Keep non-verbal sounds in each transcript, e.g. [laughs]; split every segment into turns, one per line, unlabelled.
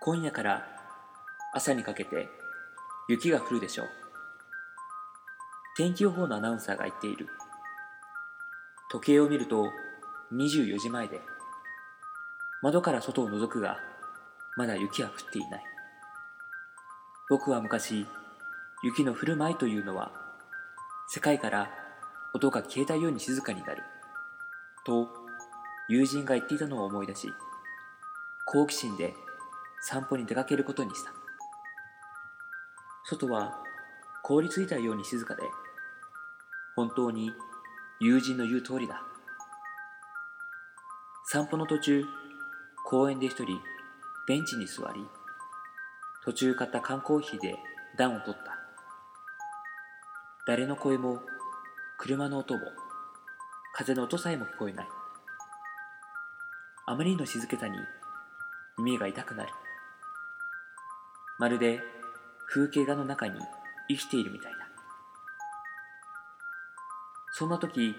今夜から朝にかけて雪が降るでしょう天気予報のアナウンサーが言っている時計を見ると24時前で窓から外を覗くがまだ雪は降っていない僕は昔雪の降る前というのは世界から音が消えたように静かになると友人が言っていたのを思い出し好奇心で散歩に出かけることにした外は凍りついたように静かで本当に友人の言う通りだ散歩の途中公園で一人ベンチに座り途中買った缶コーヒーで暖を取った誰の声も車の音も風の音さえも聞こえないあまりの静けさに耳が痛くなるまるで風景画の中に生きているみたいだそんな時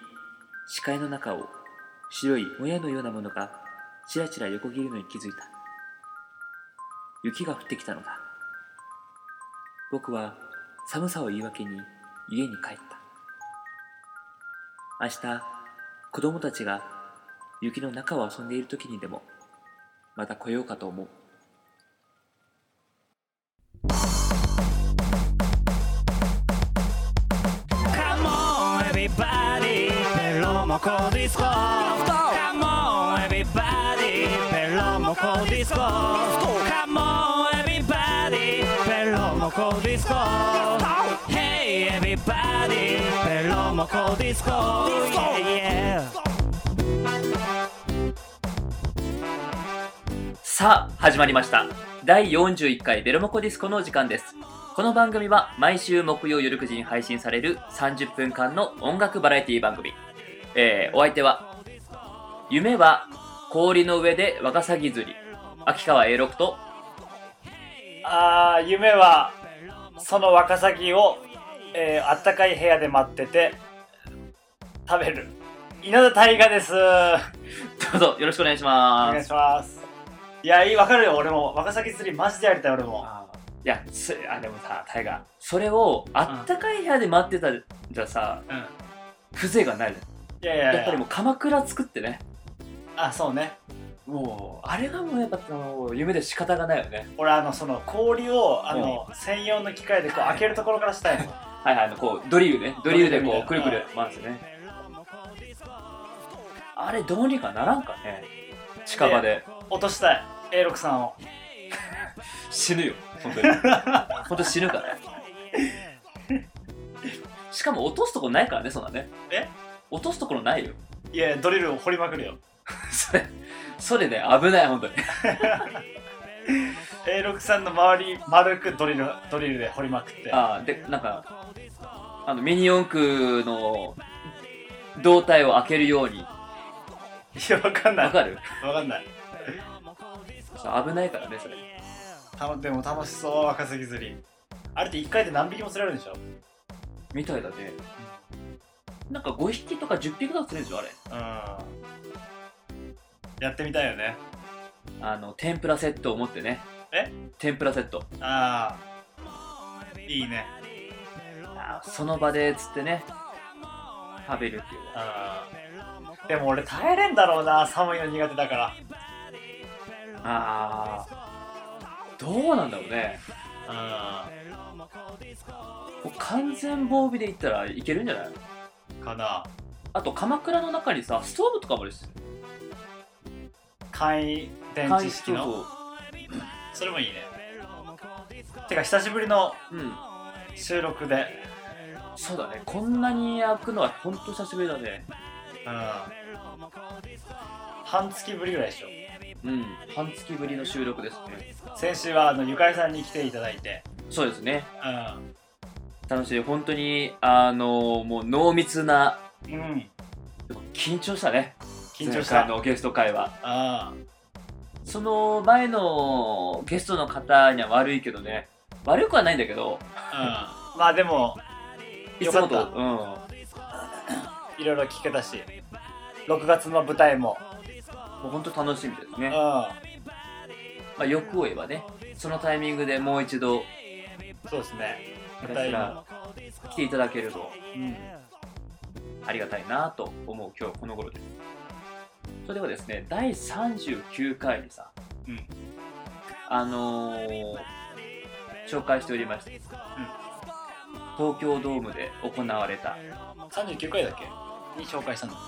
視界の中を白いもやのようなものがちらちら横切るのに気づいた雪が降ってきたのだ僕は寒さを言い訳に家に帰った明日子供たちが雪の中を遊んでいる時にでもまた来ようかと思うさあ始まりました第41回ベロモコディスコのお時間ですこの番組は毎週木曜夜9時に配信される30分間の音楽バラエティ番組、えーお相手は夢は氷の上でワカサギ釣り秋川 A6 と
あー夢はそのワカサギを、えーあったかい部屋で待ってて食べる稲田大我です
ど
お
うぞよろしくお願いしま
願い
す
しますいやいいわかるよ俺もワカサギ釣りマジでやりたい俺も
いやすあでもさタイガーそれをあったかい部屋で待ってたじゃさ
うん
風情がないの
いやいやいや
やっぱりもう鎌倉作ってね
あそうね
もうあれがもうやっぱその夢で仕方がないよね
俺あのその氷をあの、専用の機械でこう開けるところからしたいの
はいはいあのこうドリルねドリルで
ドリ
こ
ル
うくるくる回すねあれどうにかならんかね近場で
落としたい A6 さんを
死ぬよ本
[laughs]
当に本当死ぬからしかも落とすとこないからねそんなね
え
落とすところないよ [laughs]
いやいやドリルを掘りまくるよ
それそれね危ない本当に
A6 さんの周り丸くドリルドリルで掘りまくって
ああでなんかあのミニ四駆の胴体を開けるように
いやわかんない
わかる
わかんない
危ないからねそれ
たのでも楽しそうワカサギ釣りあれって1回で何匹も釣れるんでしょ
みたいだねなんか5匹とか10匹とか釣れるでしょあれ
うんやってみたいよね
あの天ぷらセットを持ってね
え
天ぷらセット
ああいいね
あーその場で釣ってね食べるっていうのは
うんでも俺耐えれんだろうな寒いの苦手だか
あーどうなんだろうね
ら
もう完全防備でいったらいけるんじゃない
うんかな
あと鎌倉の中にさストーブとかもあるし
簡易電
簡
池
易
式
スト
の
ー
それもいいねてか久しぶりの
ブうん
収録で
そうだねこんなに開くのはほんと久しぶりだね
うん半月ぶりぐらいでしょ
うん半月ぶりの収録ですね
先週はあのゆかりさんに来ていただいて
そうですね
う
楽しい本当にあのもう濃密なん
うん
緊張したね
緊張し
前
た
回のゲスト会は
あ
その前のゲストの方には悪いけどね悪くはないんだけど
あ、うん、まあでも
いつもと
よかっ
うん
いろいろ聞けたし6月の舞台も
もう本当楽しみですね、
う
ま
ん
まあ、欲を言えばねそのタイミングでもう一度
そうですね。
また今来ていただけると
うん。
ありがたいなと思う今日この頃ですそれではですね第39回にさ、
うん
あのー紹介しておりました、東京ドームで行われた
39回だっけに紹介したんだっ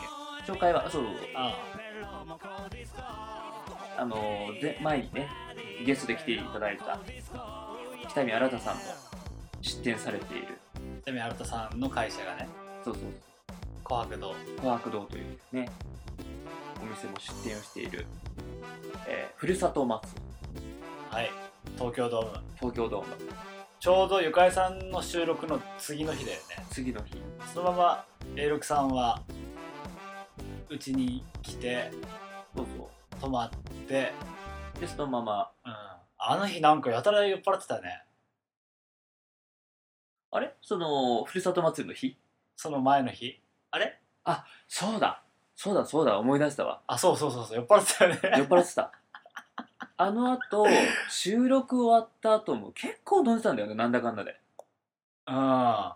け
紹介はそう
あ
あのーで前にねゲストで来ていただいた北見新さんも出展されている
あ。ちなみに新田さんの会社がね、
そうそう
紅白堂。
琥珀堂というねお店も出店をしている、えーふるさと祭り
はい。東京ドーム。
東京ドーム
ちょうどゆかりさんの収録の次の日だよね。
次の日
そのまま A6 さんは、うちに来て、
そうそう
泊まって、
でそのまま
うん。あの日なんかやたら酔っ払ってたね。
あれそのふるさと祭りの日
その前の日。
そうだそうだそうだ思い出したわ
あ、そうそうそうそう、酔っ払ってた
[laughs]
よね。
酔っ払ってたあのあと収録終わった後も結構飲んでたんだよねなんだかんだで
うん。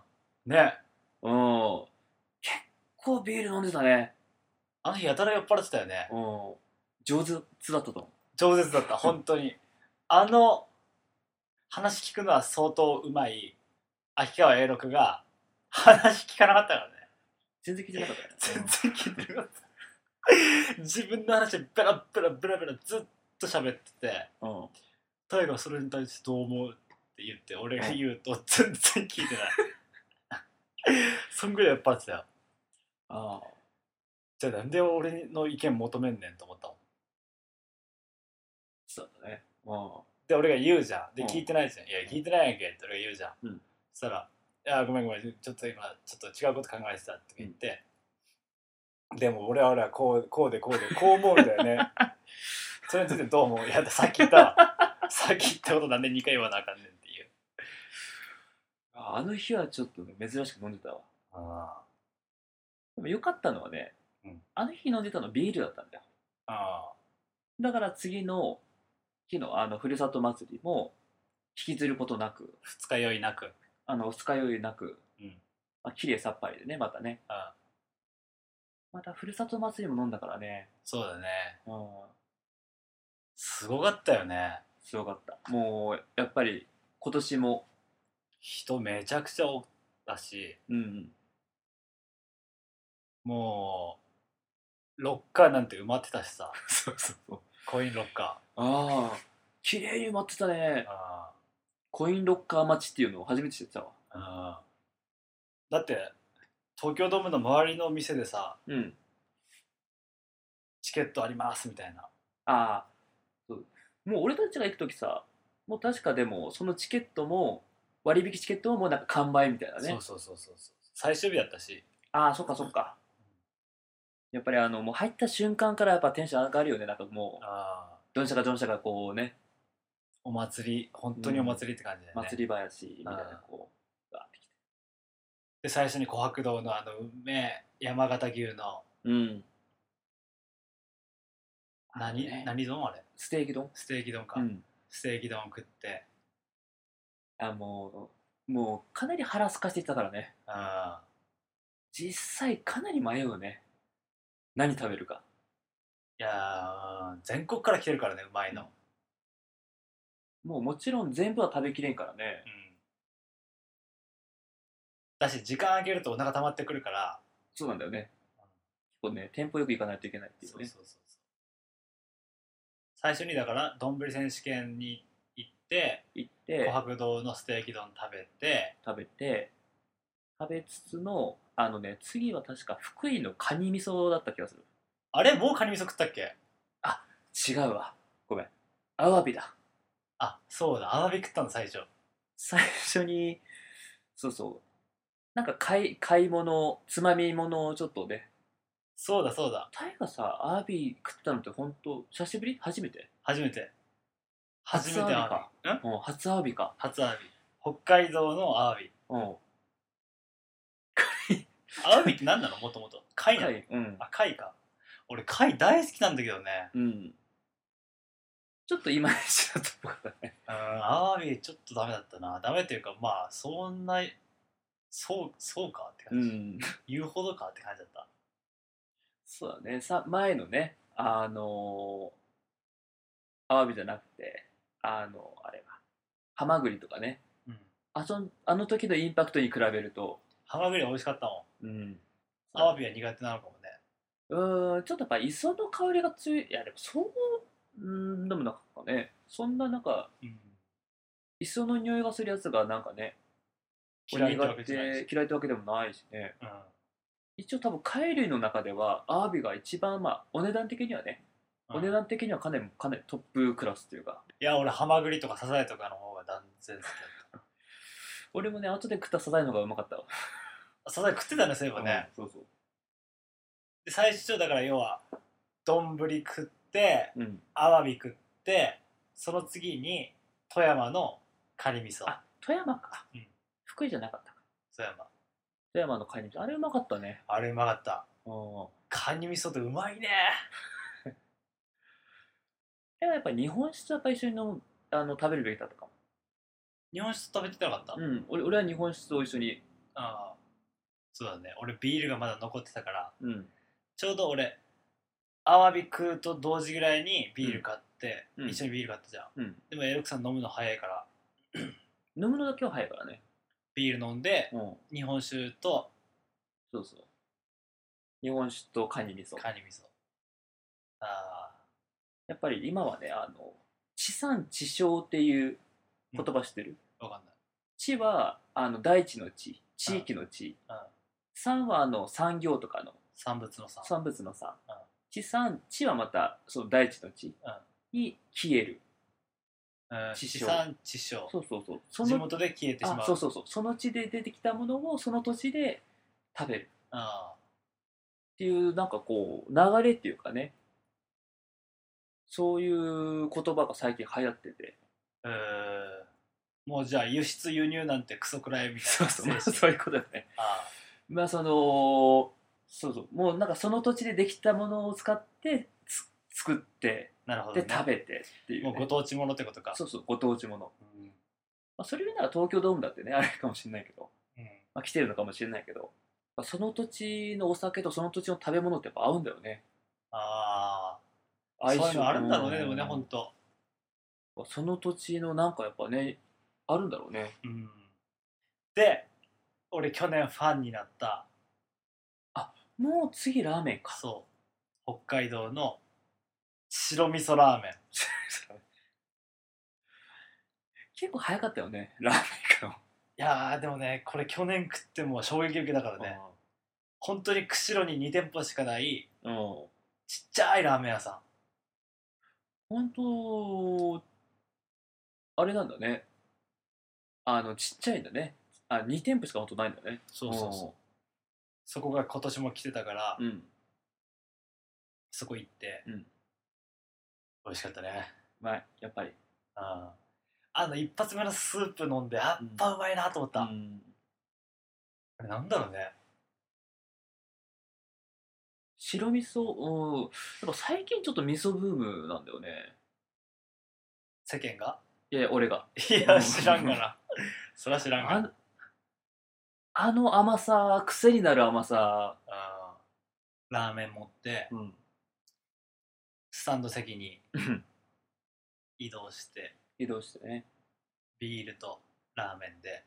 ね。
うん結構ビール飲んでたね
あの日やたら酔っ払ってたよね。
うん上手だったと思
饒舌だった本当にあの話聞くのは相当うまい秋川栄六が話聞かなかったからね
う全然聞いてなかったよね
[laughs] 全然聞いてなかった自分の話ベラベラベラベラずっと喋ってて
うん
大河それに対してどう思うって言って俺が言うと全然聞いてないそんぐらい酔っ払ってたよ
ああ
じゃあなんで俺の意見求めんねんと思ったもん
そうだねうん
で俺が言うじゃんで
うん
聞いてないじゃん「いや聞いてないやんけ」って俺が言うじゃん、
うん
そしたら「いやごめんごめんちょっと今ちょっと違うこと考えてた」って言って、でも俺は俺はこうこうでこうでこう思うんだよね [laughs] それについてどう思ういやださっき言ったわさっき言ったことなんで2回言わなあかんねんっていう
あの日はちょっとね珍しく飲んでたわ
あ
でも良かったのはね、
うん
あの日飲んでたのビールだったんだよ
あ
だから次の日のあのふるさと祭りも引きずることなく
二日酔いなく
あの二日酔いなく、
うん
まあ綺麗さっぱりでねまたね
あ
またふるさと祭りも飲んだからね
そうだね
うん
すごかったよね
すごかったもうやっぱり今年も
人めちゃくちゃおったし
うんうん
もうロッカーなんて埋まってたしさ
[laughs] そうそうそう
コインロッカ
ああ綺麗に埋まってたね
ーあ
コインロッカー待ちっていうのを初めて知ってたわ
あだって東京ドームの周りの店でさ
うん
チケットありますみたいな
ああそうもう俺たちが行く時さもう確かでもそのチケットも割引チケットももうなんか完売みたいなね
そうそうそうそうそう最終日だったし
ああそっかそっかやっぱりあのもう入った瞬間からやっぱテンション上がるよねなんかもう
ああ
どんしゃかどんしゃかこうね
お祭り本当にお祭りって感じだよね、
祭り林みたい
うん
なこうガーってきて
で最初に琥珀堂のあのうめえ山形牛の
うん
何、
あのね
何丼あれ
ステーキ丼
ステーキ丼か、
うん
ステーキ丼食って
あもうもうかなり腹すかしていったからね
ああ
実際かなり迷うね何食べるか
いやー全国から来てるからねうまいの、
もうもちろん全部は食べきれんからね
うんだし時間空けるとお腹溜まってくるから
そうなんだよね結構ねテンポよく行かないといけないってい
そうう
ね
そうそうそう最初にだから丼選手権に行って
行っ
琥
て
珀堂のステーキ丼食べて
食べて食べつつのあのね次は確か福井のカニ味噌だった気がする
あれもうカニ味噌食ったっけ
違うわごめんアワビだ
あそうだアワビ食ったの最初
最初にそうそうなんか買い買い物つまみ物をちょっとね
そうだそうだ
タイがさアワビ食ったのって本当久しぶり初めて
初めて初めてア
ア
ワ
ワ
ビん
ビうん初アワビか
初アワビ北海道のアワビ
うん
アワビって何なのもともと貝なの
貝うん
あ貝か俺貝大好きなんだけどね
うんちょっといまいちだった僕はね
うん、アワビちょっとダメだったなダメというかまあそんなそうそうかって感じ、
ん
言うほどかって感じだった
そうだねさ前のねあのー、アワビじゃなくてあのあれはハマグリとかね
うん
あそんあの時のインパクトに比べると
ハマグリ美味しかったもん
うん
アワビは苦手なのかもね
うーんちょっとやっぱ磯の香りが強いいやでもそううんでもなかったねそんななんか
うん
磯の匂いがするやつがなんかね
嫌いってわけじゃない
苦
し
手、嫌いってわけでもないしね
うん、
一応多分貝類の中ではアワビが一番まあお値段的にはね、お値
うんい
段的にはかなりかなりトップクラスというか
や俺ハマグリとかサザエとかの方が断然好きだっ
俺もね後で食ったサザエの方がうまかったわ
たサザエ食ってたねそういえばね、、
うんそう
で最初だから要は丼食って
そううん
アワビ食ってその次に富山のカニ味噌
あ富山か、
うん
福井じゃなかったか
富山
富山のカニあれうまかったね
あれうまかった
うん
カニ味噌ってうまいね
でもやっぱり日本酒とやっぱ一緒に飲むあの食べるべきだったかも
日本酒食べてなかった、
うん俺俺は日本酒と一緒に
ああそうだね俺ビールがまだ残ってたから
うん
ちょうど俺アワビ食うと同時ぐらいにビール買っ
う
て、
ん
一緒にビール買ったじゃん
うん
でもエロクさん飲むの早いから
飲むのだけは早いからね
ビール飲んで
うん
日本酒と
そうそう日本酒とカニ味噌
カニ味噌あ
やっぱり今はねあの地産地消っていう言葉知ってる、
あわかんない
地はあの大地の地地域の地、
うんうん
産はあの産業とかの
産物の産
産物の産、
うん
地産地はまたその大地の地
うん
に消える、
うん
地
地
消
産地消
そうそうそうそ
地
の
元で消えてし
あ
まう
そうそうそうその地で出てきたものをその土地で食べる
あ
っていうなんかこう流れっていうかねそういう言葉が最近流行ってて
あえーもうじゃあ輸出輸入なんてクソくらいみたいな精神
そういうことだね
あ
まあそのそうそうもうなんかその土地でできたものを使ってつ作って
あなるほど、
で
ね、
食べてっていう,、
もうご当地ものってことか
そうそうご当地もの、
うん
まあ、それでなら東京ドームだってねあれかもしれないけど、
うん
まあ、来てるのかもしれないけど、まあ、その土地のお酒とその土地の食べ物ってやっぱ合うんだよね
ああそういうのあるんだろうねでもね本当
当その土地のなんかやっぱねあるんだろうね
うんで俺去年ファンになった
もう次ラーメンか
そう北海道の白味噌ラーメン
[laughs] 結構早かったよねラーメン行くの
いやーでもねこれ去年食ってもう衝撃受けたからね本当に釧路に2店舗しかない
うん
ちっちゃいラーメン屋さん
本当あれなんだねあのちっちゃいんだねあ2店舗しか本当ないんだね
そうそうそうそこが今年も来てたから、
うん
そこ行って、
うん
美味しかったね
まあやっぱり
うんあの一発目のスープ飲んでやっぱうまいなと思った、
うん
あれなんだろうね
白味噌うんやっぱ最近ちょっと味噌ブームなんだよね
世間が
いやいや俺が
いや知らんがなそら知らんが
あ
な
のあの甘さ癖になる甘さ
あーラーメン持って
うん
スタンド席に移動して
[laughs] 移動してね
ビールとラーメンで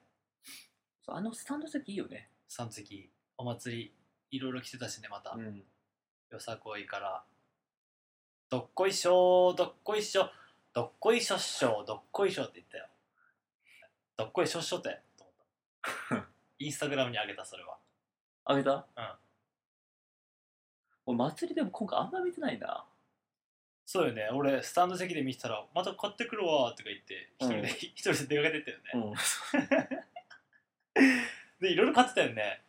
そうあのスタンド席いいよね
スタンド席お祭りいろいろ来てたしねまた、
ん
よさこいからどっこいしょーどっこいしょどっこいしょっしょどっこいしょって言ったよどっこいしょっしょってと思ったインスタグラムにあげたそれは
あげた
うん
俺祭りでも今回あんま見てないな
そうよね俺スタンド席で見てたら「また買ってくるわ」とか言って一人で、 [laughs]
うん
一人で出かけてったよね、
ん
[laughs] でいろいろ買ってたよね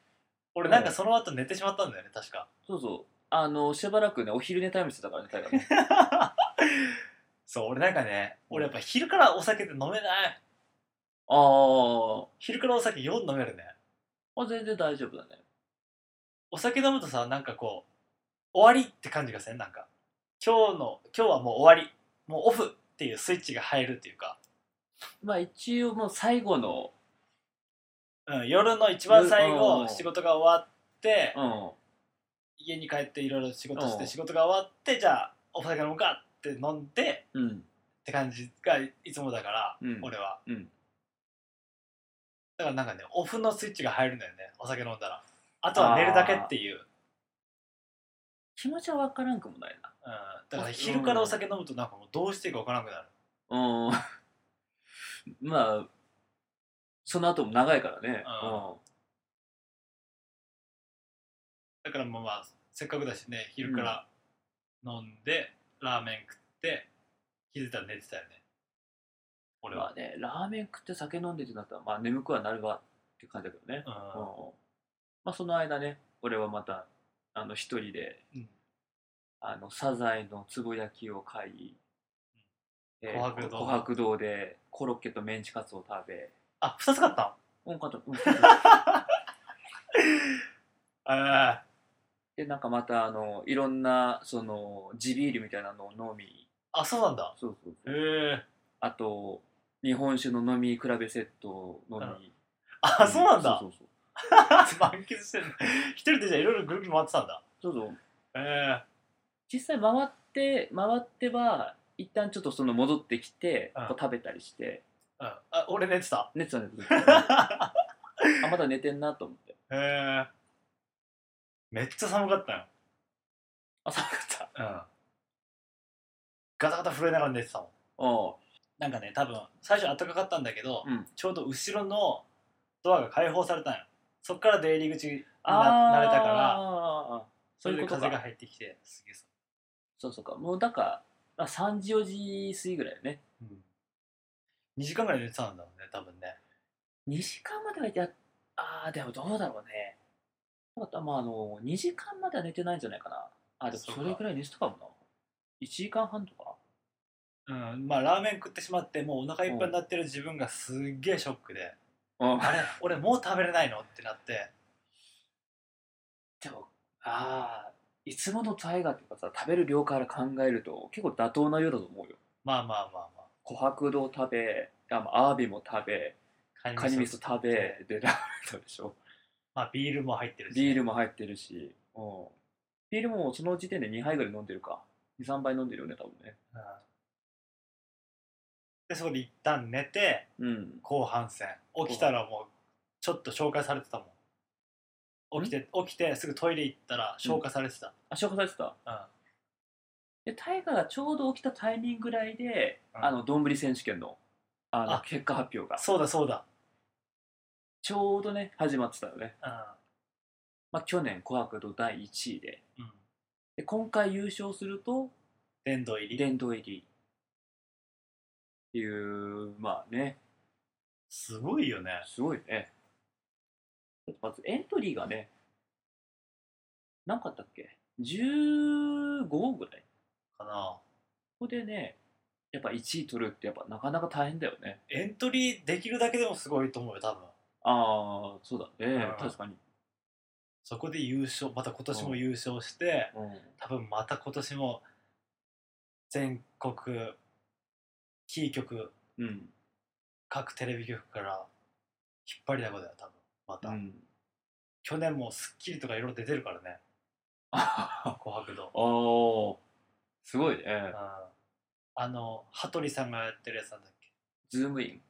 俺なんかその後寝てしまったんだよね確か [laughs]
そうそう。あの、しばらくね、お昼寝タイムしてたからね、タイガー [laughs] ね。
そう俺なんかね俺やっぱ昼からお酒って飲めない
あー
昼からお酒夜飲めるね
あ、全然大丈夫だね。
お酒飲むとさなんかこう終わりって感じがせんなんか今日の今日はもう終わりもうオフってっていうスイッチが入るっていうか、
まあ一応もう最後の、
うん、夜の一番最
うん
後仕事が終わって
うん、
家に帰っていろいろ仕事し
うん
て仕事が終わってじゃあお酒飲むかって飲んで
うん、
って感じがいつもだから、
うん
俺は、
うん
だからなんかねオフのスイッチが入るんだよねお酒飲んだらあとは寝るだけっていう、うん、
気持ちは分からんくもないな。
だから昼からお酒飲むとなんかもうどうしていいか分からなくなる
うん、 [laughs] まあ、その後も長いからね。
だからまあまあせっかくだしね昼から飲んで、ラーメン食って気づいたら寝てたよね
う
俺
ん、
は
まあね、ラーメン食って酒飲んでってなったら、まあ眠くはなるわって感じだけどね。うん
う
まあその間ね、俺はまた、あの、一人で、
ん、うん
あの、サザエのつぼ焼きを買い、えー
琥珀堂
琥珀堂でコロッケとメンチカツを食べ、
あ二つ買ったの
うん、か
[laughs]
と、うん、
あ
で、なんかまた、あの、いろんな、その、地ビールみたいなのを飲み、
あそうなんだ
そうそう
へ
そう。
え
あと、日本酒の飲み比べセットを飲み。
あそうなんだ
そうそう
[laughs] 満喫してる一人でじゃあいろいろぐるぐる回ってたんだ
そう。そうそう
へえ
実際回って、回っては、一旦ちょっとその戻ってきて、
うん
こう食べたりして、
うん、あ俺寝てた
寝てたんだけど、あ、まだ寝てんなと思って。
へえめっちゃ寒かったよ、
あ、寒かった。
うん、ガタガタ震えながら寝てたもん
お
なんかね多分最初暖かかったんだけど、
うん
ちょうど後ろのドアが開放されたんよそっから出入り口にな
あー
慣れたから
そ
そう
い
れで
うこと
風が
か。
入ってきてすげえさ、
そうそうか。もうだから、あ3時4時過ぎぐらいよね。
うん、2時間ぐらい寝てたんだろうね多分ね
2時間まではいて、ああ、でもどうだろうね。よかったまあ、あの、2時間までは寝てないんじゃないかな。あ、でも
そう
そ
か
れぐらい寝てたかもな。1時間半とか。
うんまあラーメン食ってしまってもうお腹いっぱいになってる自分がすっげえショックで、
あ
あれ俺もう食べれないのってなって
でも、ああ、いつもの大河っていうかさ、食べる量から考えると、結構妥当な量だと思うよ。
まあまあまあま
琥珀堂食べ、あまあアワビも食べ、
あ
カニ味噌食べ、で、ラーメン食べるでしょ。
まあビールも入ってるし
ビールも入ってるし、うん、ビールもその時点で2杯ぐらい飲んでるか23杯飲んでるよね多分ね
うんでそこで一旦寝て
うん
後半戦起きたらもうちょっと消化されてたもん起きて起きてすぐトイレ行ったら消化されてた、
あ消化されてた
うん
で大河がちょうど起きたタイミングぐらいで、
うん
あのどんぶり選手権のあの
あ
結果発表が
そうだそうだ、
ちょうどね始まってたよね、
う
まあ、去年「紅白」と第1位で
んうん、
で今回優勝すると
殿堂入り
殿堂入りっていうまあね
すごいよね
すごいねだってまずエントリーがね何かあったっけ15ぐらい
かな
ここでねやっぱ1位取るってやっぱなかなか大変だよね
エントリーできるだけでもすごいと思うよ多分
ああそうだね
うん
確かに、
そこで優勝また今年も優勝して、
うん、
多分また今年も全国キー局
うん、
各テレビ局から引っ張りだこだよ多分また、
うん、 [laughs]
去年も『スッキリ』とかいろいろ出てるからね
あ
紅白堂
あーすごいね
うんあの羽鳥さんがやってるやつなんだっ
ズームイン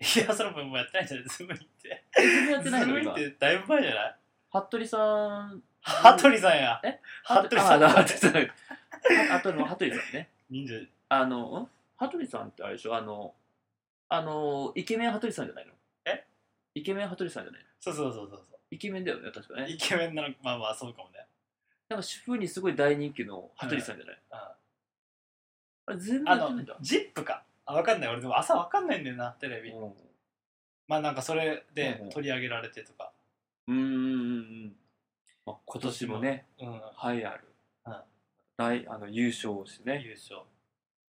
けいやその分もうやってないじゃないズームインって
[laughs] ズームやってない
ズー
の
ムイン
今
ってだいぶ前じゃない
服部さん
羽鳥さんや
え
羽鳥
あ
さん
あ服部さんあとの服部さんね
忍者い
あの、ん羽鳥さんってあれでしょあの、あの、イケメン羽鳥さんじゃないの
え
イケメン羽鳥さんじゃないの
そうそうそうそうそ
イケメンだよね、確か
うイ
ね。
ケメンなのまあまあそうかもね、
なんか主婦にすごい大人気の羽鳥さんじゃない、
う
あれ、ズーム
ん、あ
やってない
の
んだ。
「ジップかあ分かんない俺でも朝分かんないんだよなテレビ、
うん
まあなんかそれ
うん
で
うん
取り上げられてとか
うーん。まあ、今年もね、
うん、
はいある。
うん
大あの優勝してね、
優勝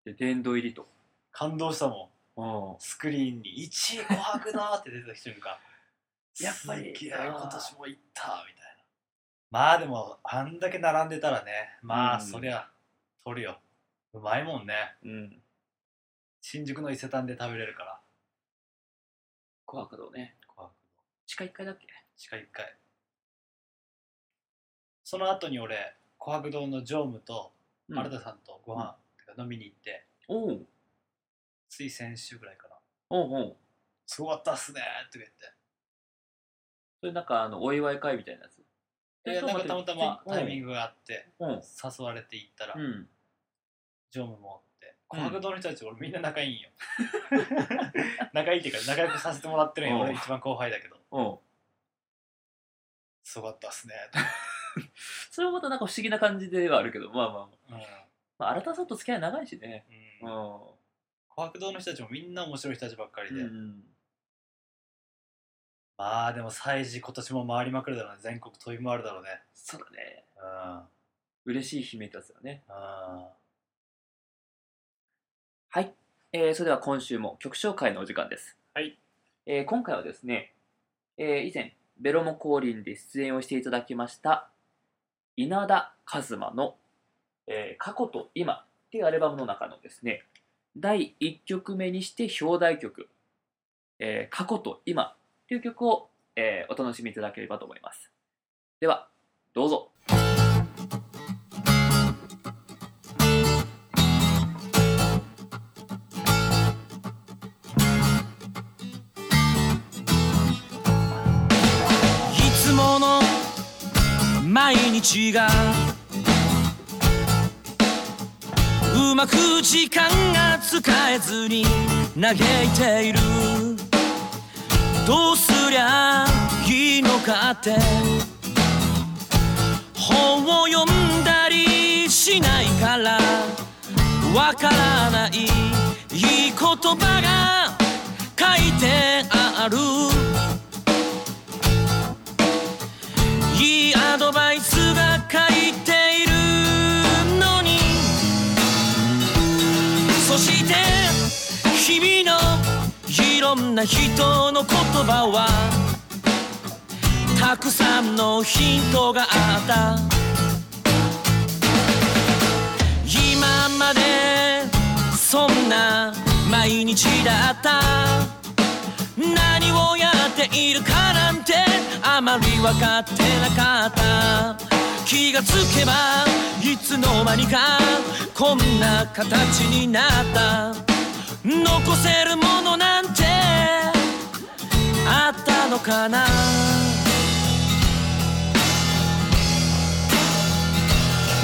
で殿堂入りと。
感動したもん
うん
スクリーンに「1位琥珀だ!」って出てきた
[laughs]
瞬間
やっぱり
すげえ
あー
今年も行ったみたいなまあでもあんだけ並んでたらねまあ、
うん
そりゃ取るようまいもんね
うん。
新宿の伊勢丹で食べれるから
紅白堂ね。
紅白堂
地下1階だっけ
地下1階その後に俺琥珀堂の常務と
うん
新田さんとご飯、てか飲みに行って
おう
つい先週ぐらいかな
おうおう
「すごかったっすね」って言って
それなんかあのお祝い会みたいなやつ。
いやなんかたまたまタイミ
ン
ングがあって
グ。うん。
誘われて行ったら、
うん。
常務もおって
うん
琥珀堂の人たち俺みんな仲いいんよ [laughs] 仲いいっていうか仲良くさせてもらってるんよ
うん
俺一番後輩だけど
おう
「すごかったっすね」
それはまたなんか不思議な感じではあるけど、まあまあまあ。
うん、うん、
まあ、新田さんと付き合い長いしね。うん。
琥珀堂の人たちもみんな面白い人たちばっかりで、
うん、
まあでも催事今年も回りまくるだろうね全国飛び回るだろうね
そうだね。
うん
嬉しい悲鳴ってやつだね。
うん
はい、えーそれでは今週も曲紹介のお時間です、
はい
えー今回はですね、えー以前「ベロモ降臨」で出演をしていただきました稲田和馬の、えー過去と今」っていうアルバムの中のですね第1曲目にして表題曲「えー過去と今」という曲を、えーお楽しみいただければと思いますではどうぞ
いつもの毎日がうまく時間が使えずに嘆いているどうすりゃいいのかって本を読んだりしないからわからないいい言葉が書いてあるいいアドバイスが書いているのにそして君のいろんな人の言葉はたくさんのヒントがあった今までそんな毎日だった何をやっているかなんてあまり分かってなかった気がつけばいつの間にかこんな形になった残せるものなんてあったのかな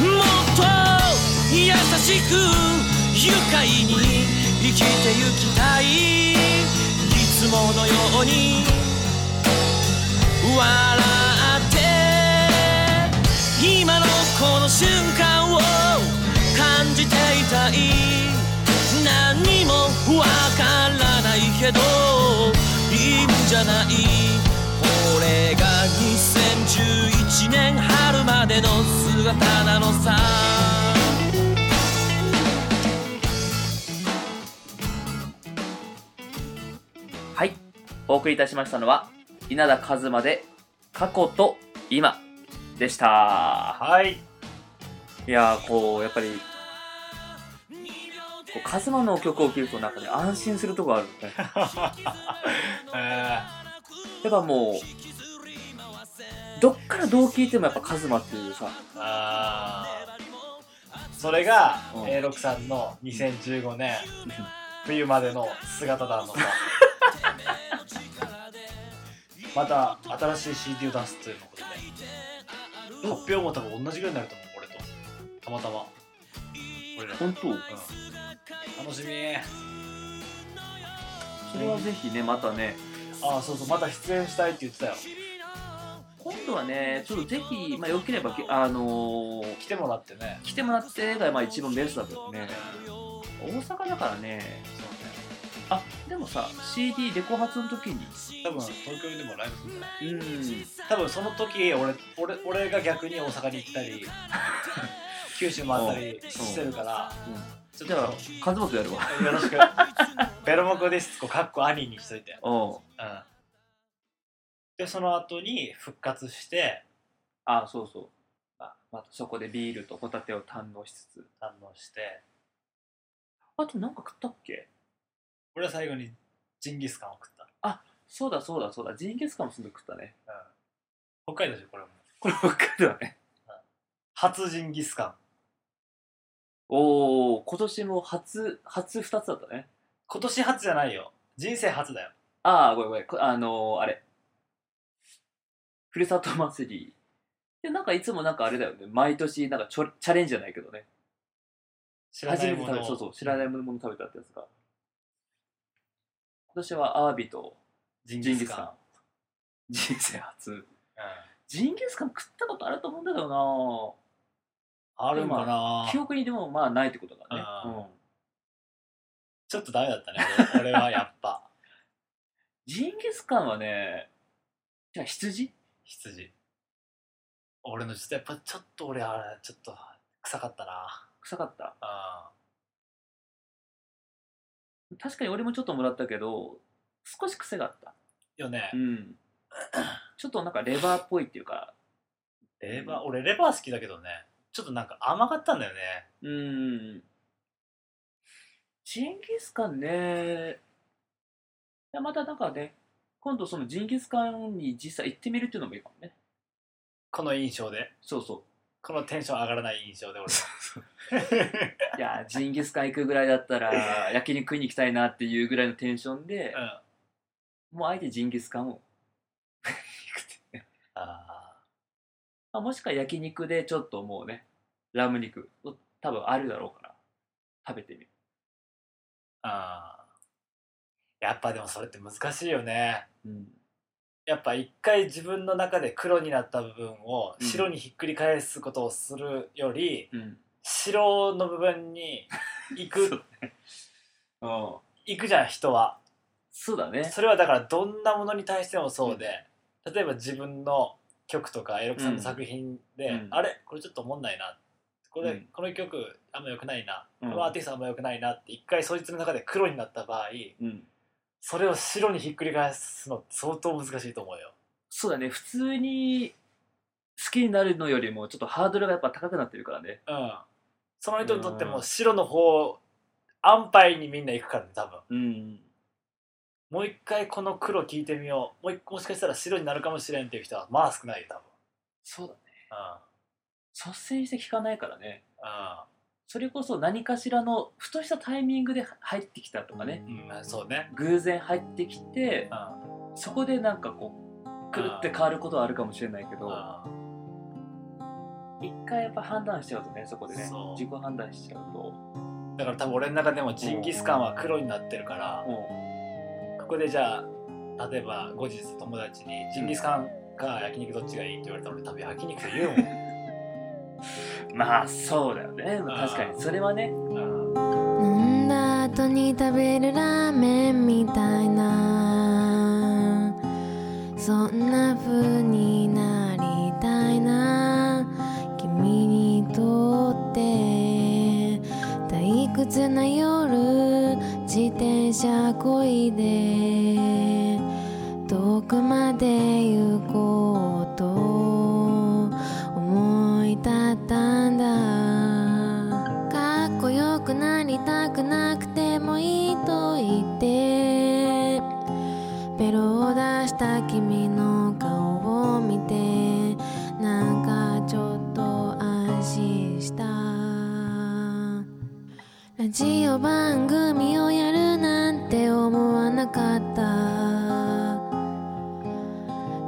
もっと優しく愉快に生きてゆきたいいつものように笑って今のこの瞬間を感じていたい何もわからないけどいいんじゃないこれが2011年春までの姿なのさ
はい、お送りいたしましたのは稲田和馬で過去と今でした。
はい
いやーこうやっぱりこう和馬の曲を聴くとなんかね安心するとこあるん
[laughs]
だね。
[laughs] え
やっぱもうどっからどう聴いてもやっぱ和馬っていうさ、
ー、あーそれが
うん
A6 さんの2015年冬までの姿なの [laughs] さまた新しい CD を出すというのことで発表も多分同じぐらいになると思う俺とたまたま俺ら、うん、
本当
楽しみ
それはぜひねまたね
ああそうそうまた出演したいって言ってたよ
今度はねちょっとぜひまあよければけあのー
来てもらってね
来てもらってがまあ一番ベストだけどね大阪だからね
そう
あでもさ CD レコ発の時に
ね多分東京でもライブするんじゃない
うん
多分その時俺俺俺が逆に大阪に行ったり [laughs] 九州回ったりしてるからちょっ
じゃあ
と
和本やるわ [laughs]
よろしくベロモコディスコかっこ兄にしといて
うん
うんでその後に復活して
あそうそうあまたそこでビールとホタテを堪能しつつ
堪能して
あとなんか食ったっけ
俺は最後にジンギスカンを食った、
そうだそうだそうだ、ジンギスカンもすぐ食ったね。
うん、北海道でしょこれも
これ北海道だね。
初ジンギスカン
おお、今年も初、初2つだったね。
今年初じゃないよ人生初だよ
ああ、ごめんごめんこ。あのー、あれ。ふるさと祭り。で、なんかいつもなんかあれだよね。毎年、なんかちょチャレンジじゃないけどね。
知らない
初め
も
て食
の
べそうそう、知らないもの食べたってやつが。今年はアワビと
ジン
ジ
ギ
ンギ
ス
ス
カン
カン。人生初。ジンギスカン食ったことあると思うんだけど
うん、あるんかな
な記憶にでもまあないってことだね。
あ
う
ー
ん
ちょっとダメだったね俺俺はやっぱ
ジンギスカンはね、じゃあ羊
羊俺のちょっとやっぱちょっと俺あれちょっと臭かったな
臭かった。
あ
確かに俺もちょっともらったけど、少し癖があった。
よね、
うん。 [clears throat] ちょっとなんかレバーっぽいっていうか、
レバー俺レバー好きだけどねちょっとなんか甘かったんだよね
うん。ジンギスカンね、いやまたなんかね、今度そのジンギスカンに実際行ってみるっていうのもいいかもね。
この印象で
そうそう。
このテンション上がらない印
[laughs]
象で俺
いやージンギスカン行くぐらいだった [laughs] ら焼き肉食いに行きたいなっていうぐらいのテンションで
は、うん、
もうあえてジンギスカンを [laughs]
あ
あもしくは焼き肉でちょっともうねラム肉を多分あるだろうから食べてみる
ーあーやっぱでもそれって難しいよね
うん
やっぱ一回自分の中で黒になった部分を
うん
白にひっくり返すことをするより、
うん
白の部分に行
[laughs] そう
く
うん
行くじゃん人は
そうだね
それはだからどんなものに対してもそうで、例えば自分の曲とかエロクさんの作品で、
うん
あれこれちょっとおもんないなこれ、
うん
この曲あんま良くないな、
うん
このアーティストあんま良くないなって一回そいつの中で黒になった場合
うん
それを白にひっくり返すの相当難しいと思うよ
そうだね普通に好きになるのよりもちょっとハードルがやっぱ高くなってるからね
うんその人にとって
うん
も白の方安牌にみんな行くからね多分
うん
もう一回この黒聞いてみようもう一もしかしたら白になるかもしれんっていう人はまあ少ないよ多分
そうだね率先して聞かないからね
う
それこそ何かしらのふとしたタイミングで入ってきたとかね、
んうん、うん、そうね
偶然入ってきて
うん
そこでなんかこうくるって変わることはあるかもしれないけど
あ
一回やっぱ判断しちゃうとねそこでね
そう
自己判断しちゃうと
ーだから多分俺の中でもジンギスカンは黒になってるから、
も
ここでじゃあ例えば後日友達に「ジンギスカンか焼肉どっちがいい?」って言われたら俺多分焼肉で言う
うまあそうだよね
ん
確かにそれはね
もん、うん
飲んだ後に食べるラーメンみたいなそんな風になりたいな君にとって退屈な夜自転車こいで遠くまで行こうと思い立ったんだかっこよくなりたくなくてもいいと言ってベロを出した君の顔を見てなんかちょっと安心したラジオ番組をやるなんて思わなかった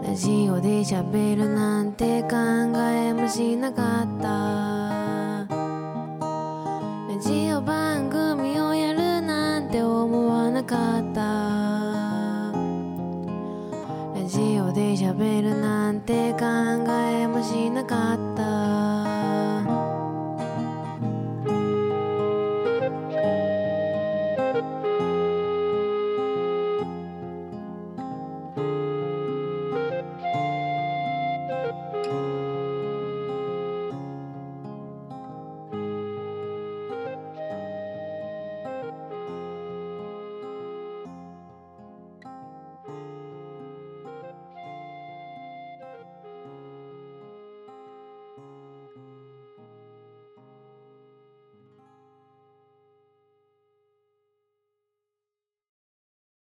ラジオで喋るなんて考えもしなかったラジオ番組をやるなんて思わなかったラジオで喋るなんて考えもしなかっ